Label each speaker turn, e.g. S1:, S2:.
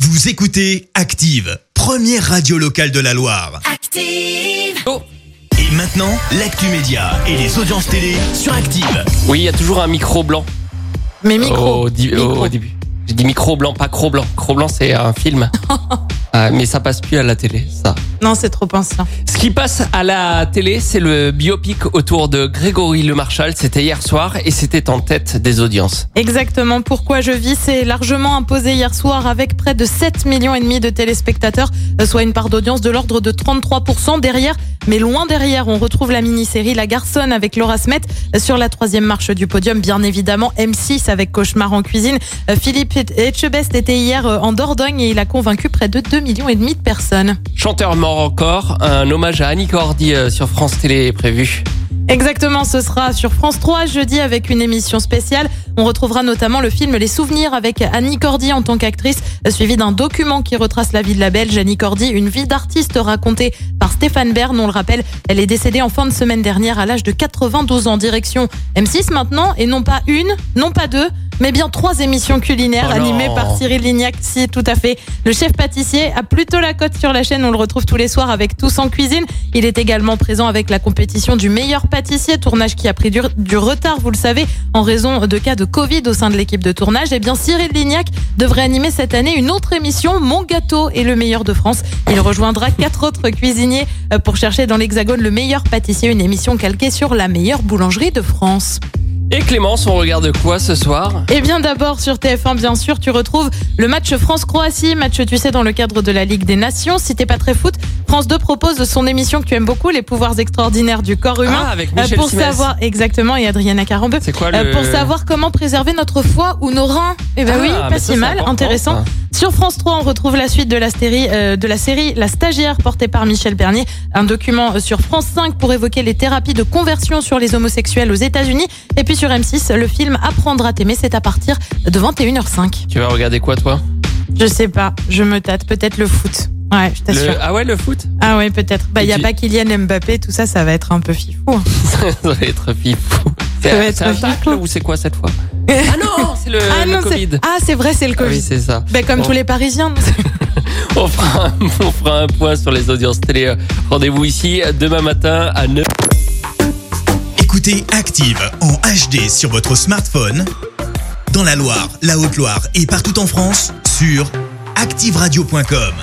S1: Vous écoutez Active, première radio locale de la Loire.
S2: Active.
S3: Oh.
S1: Et maintenant, l'actu média et les audiences télé sur Active.
S3: Oui, il y a toujours un micro blanc
S4: Mais
S3: au,
S4: micro.
S3: di-
S4: micro.
S3: au début. J'ai dit micro blanc, pas cro blanc. Cro blanc, c'est un film. Ah, mais ça passe plus à la télé, ça.
S4: Non, c'est trop ancien.
S3: Ce qui passe à la télé, c'est le biopic autour de Grégory Lemarchal. C'était hier soir et c'était en tête des audiences.
S4: Exactement. Pourquoi je vis, c'est largement imposé hier soir avec près de 7 millions et demi de téléspectateurs, euh, soit une part d'audience de l'ordre de 33% derrière. Mais loin derrière, on retrouve la mini-série La Garçonne avec Laura Smet euh, sur la troisième marche du podium. Bien évidemment, M6 avec Cauchemar en cuisine. Euh, Philippe Etchebest était hier euh, en Dordogne et il a convaincu près de 2 millions et demi de personnes.
S3: Chanteur mort encore, un hommage à Annie Cordy euh, sur France Télé est prévu.
S4: Exactement, ce sera sur France 3 jeudi avec une émission spéciale. On retrouvera notamment le film Les Souvenirs avec Annie Cordy en tant qu'actrice, suivi d'un document qui retrace la vie de la Belge Annie Cordy, une vie d'artiste racontée par Stéphane Bern. On le rappelle, elle est décédée en fin de semaine dernière à l'âge de 92 ans. Direction M6 maintenant, et non pas une, non pas deux, mais bien trois émissions culinaires
S3: Oh non.
S4: animées par Cyril Lignac. Si, tout à fait. Le chef pâtissier a plutôt la cote sur la chaîne. On le retrouve tous les soirs avec Tous en cuisine. Il est également présent avec la compétition du meilleur pâtissier, tournage qui a pris du, du retard, vous le savez, en raison de cas de Covid au sein de l'équipe de tournage. Eh bien, Cyril Lignac devrait animer cette année une autre émission, Mon gâteau est le meilleur de France. Il rejoindra quatre autres cuisiniers euh, pour chercher dans l'Hexagone le meilleur pâtissier, une émission calquée sur la meilleure boulangerie de France.
S3: Et Clémence, on regarde quoi ce soir
S4: Eh bien d'abord sur TF1 bien sûr tu retrouves le match France-Croatie, match tu sais dans le cadre de la Ligue des Nations. Si t'es pas très foot, France 2 propose son émission que tu aimes beaucoup, les pouvoirs extraordinaires du corps humain.
S3: Ah, avec
S4: Euh,
S3: Michel
S4: pour
S3: Simès.
S4: savoir exactement et Adriana Carambeu.
S3: C'est quoi le...
S4: Euh, pour savoir comment préserver notre foie ou nos reins. Eh ben
S3: Ah,
S4: oui,
S3: bah
S4: pas
S3: ça,
S4: si
S3: c'est
S4: mal,
S3: important,
S4: intéressant.
S3: ça.
S4: Sur France 3, on retrouve la suite de la, série, euh, de la série La stagiaire portée par Michel Bernier. Un document euh, sur France 5 pour évoquer les thérapies de conversion sur les homosexuels aux États-Unis. Et puis sur M6, le film Apprendre à t'aimer, c'est à partir de 21h05.
S3: Tu vas regarder quoi toi
S4: Je sais pas, je me tâte, peut-être le foot. Ouais, je t'assure.
S3: Le- Ah ouais, le foot
S4: Ah ouais, peut-être. Bah,
S3: Et
S4: il y a
S3: tu-
S4: pas Kylian Mbappé, tout ça, ça va être un peu fifou. hein.
S3: Ça va être fifou.
S4: Ça va
S3: C'est
S4: être
S3: c'est un
S4: fifou.
S3: tacle ou c'est quoi cette fois Ah non, c'est le,
S4: Ah
S3: le
S4: non, c'est
S3: Covid.
S4: ah, c'est vrai, c'est le
S3: Ah oui,
S4: Covid.
S3: c'est ça.
S4: Bah, comme
S3: Bon.
S4: tous les Parisiens. non
S3: On fera, un, on fera un point sur les audiences télé. Rendez-vous ici demain matin à 9h.
S1: Écoutez Active en HD sur votre smartphone, dans la Loire, la Haute-Loire et partout en France, sur activeradio.com.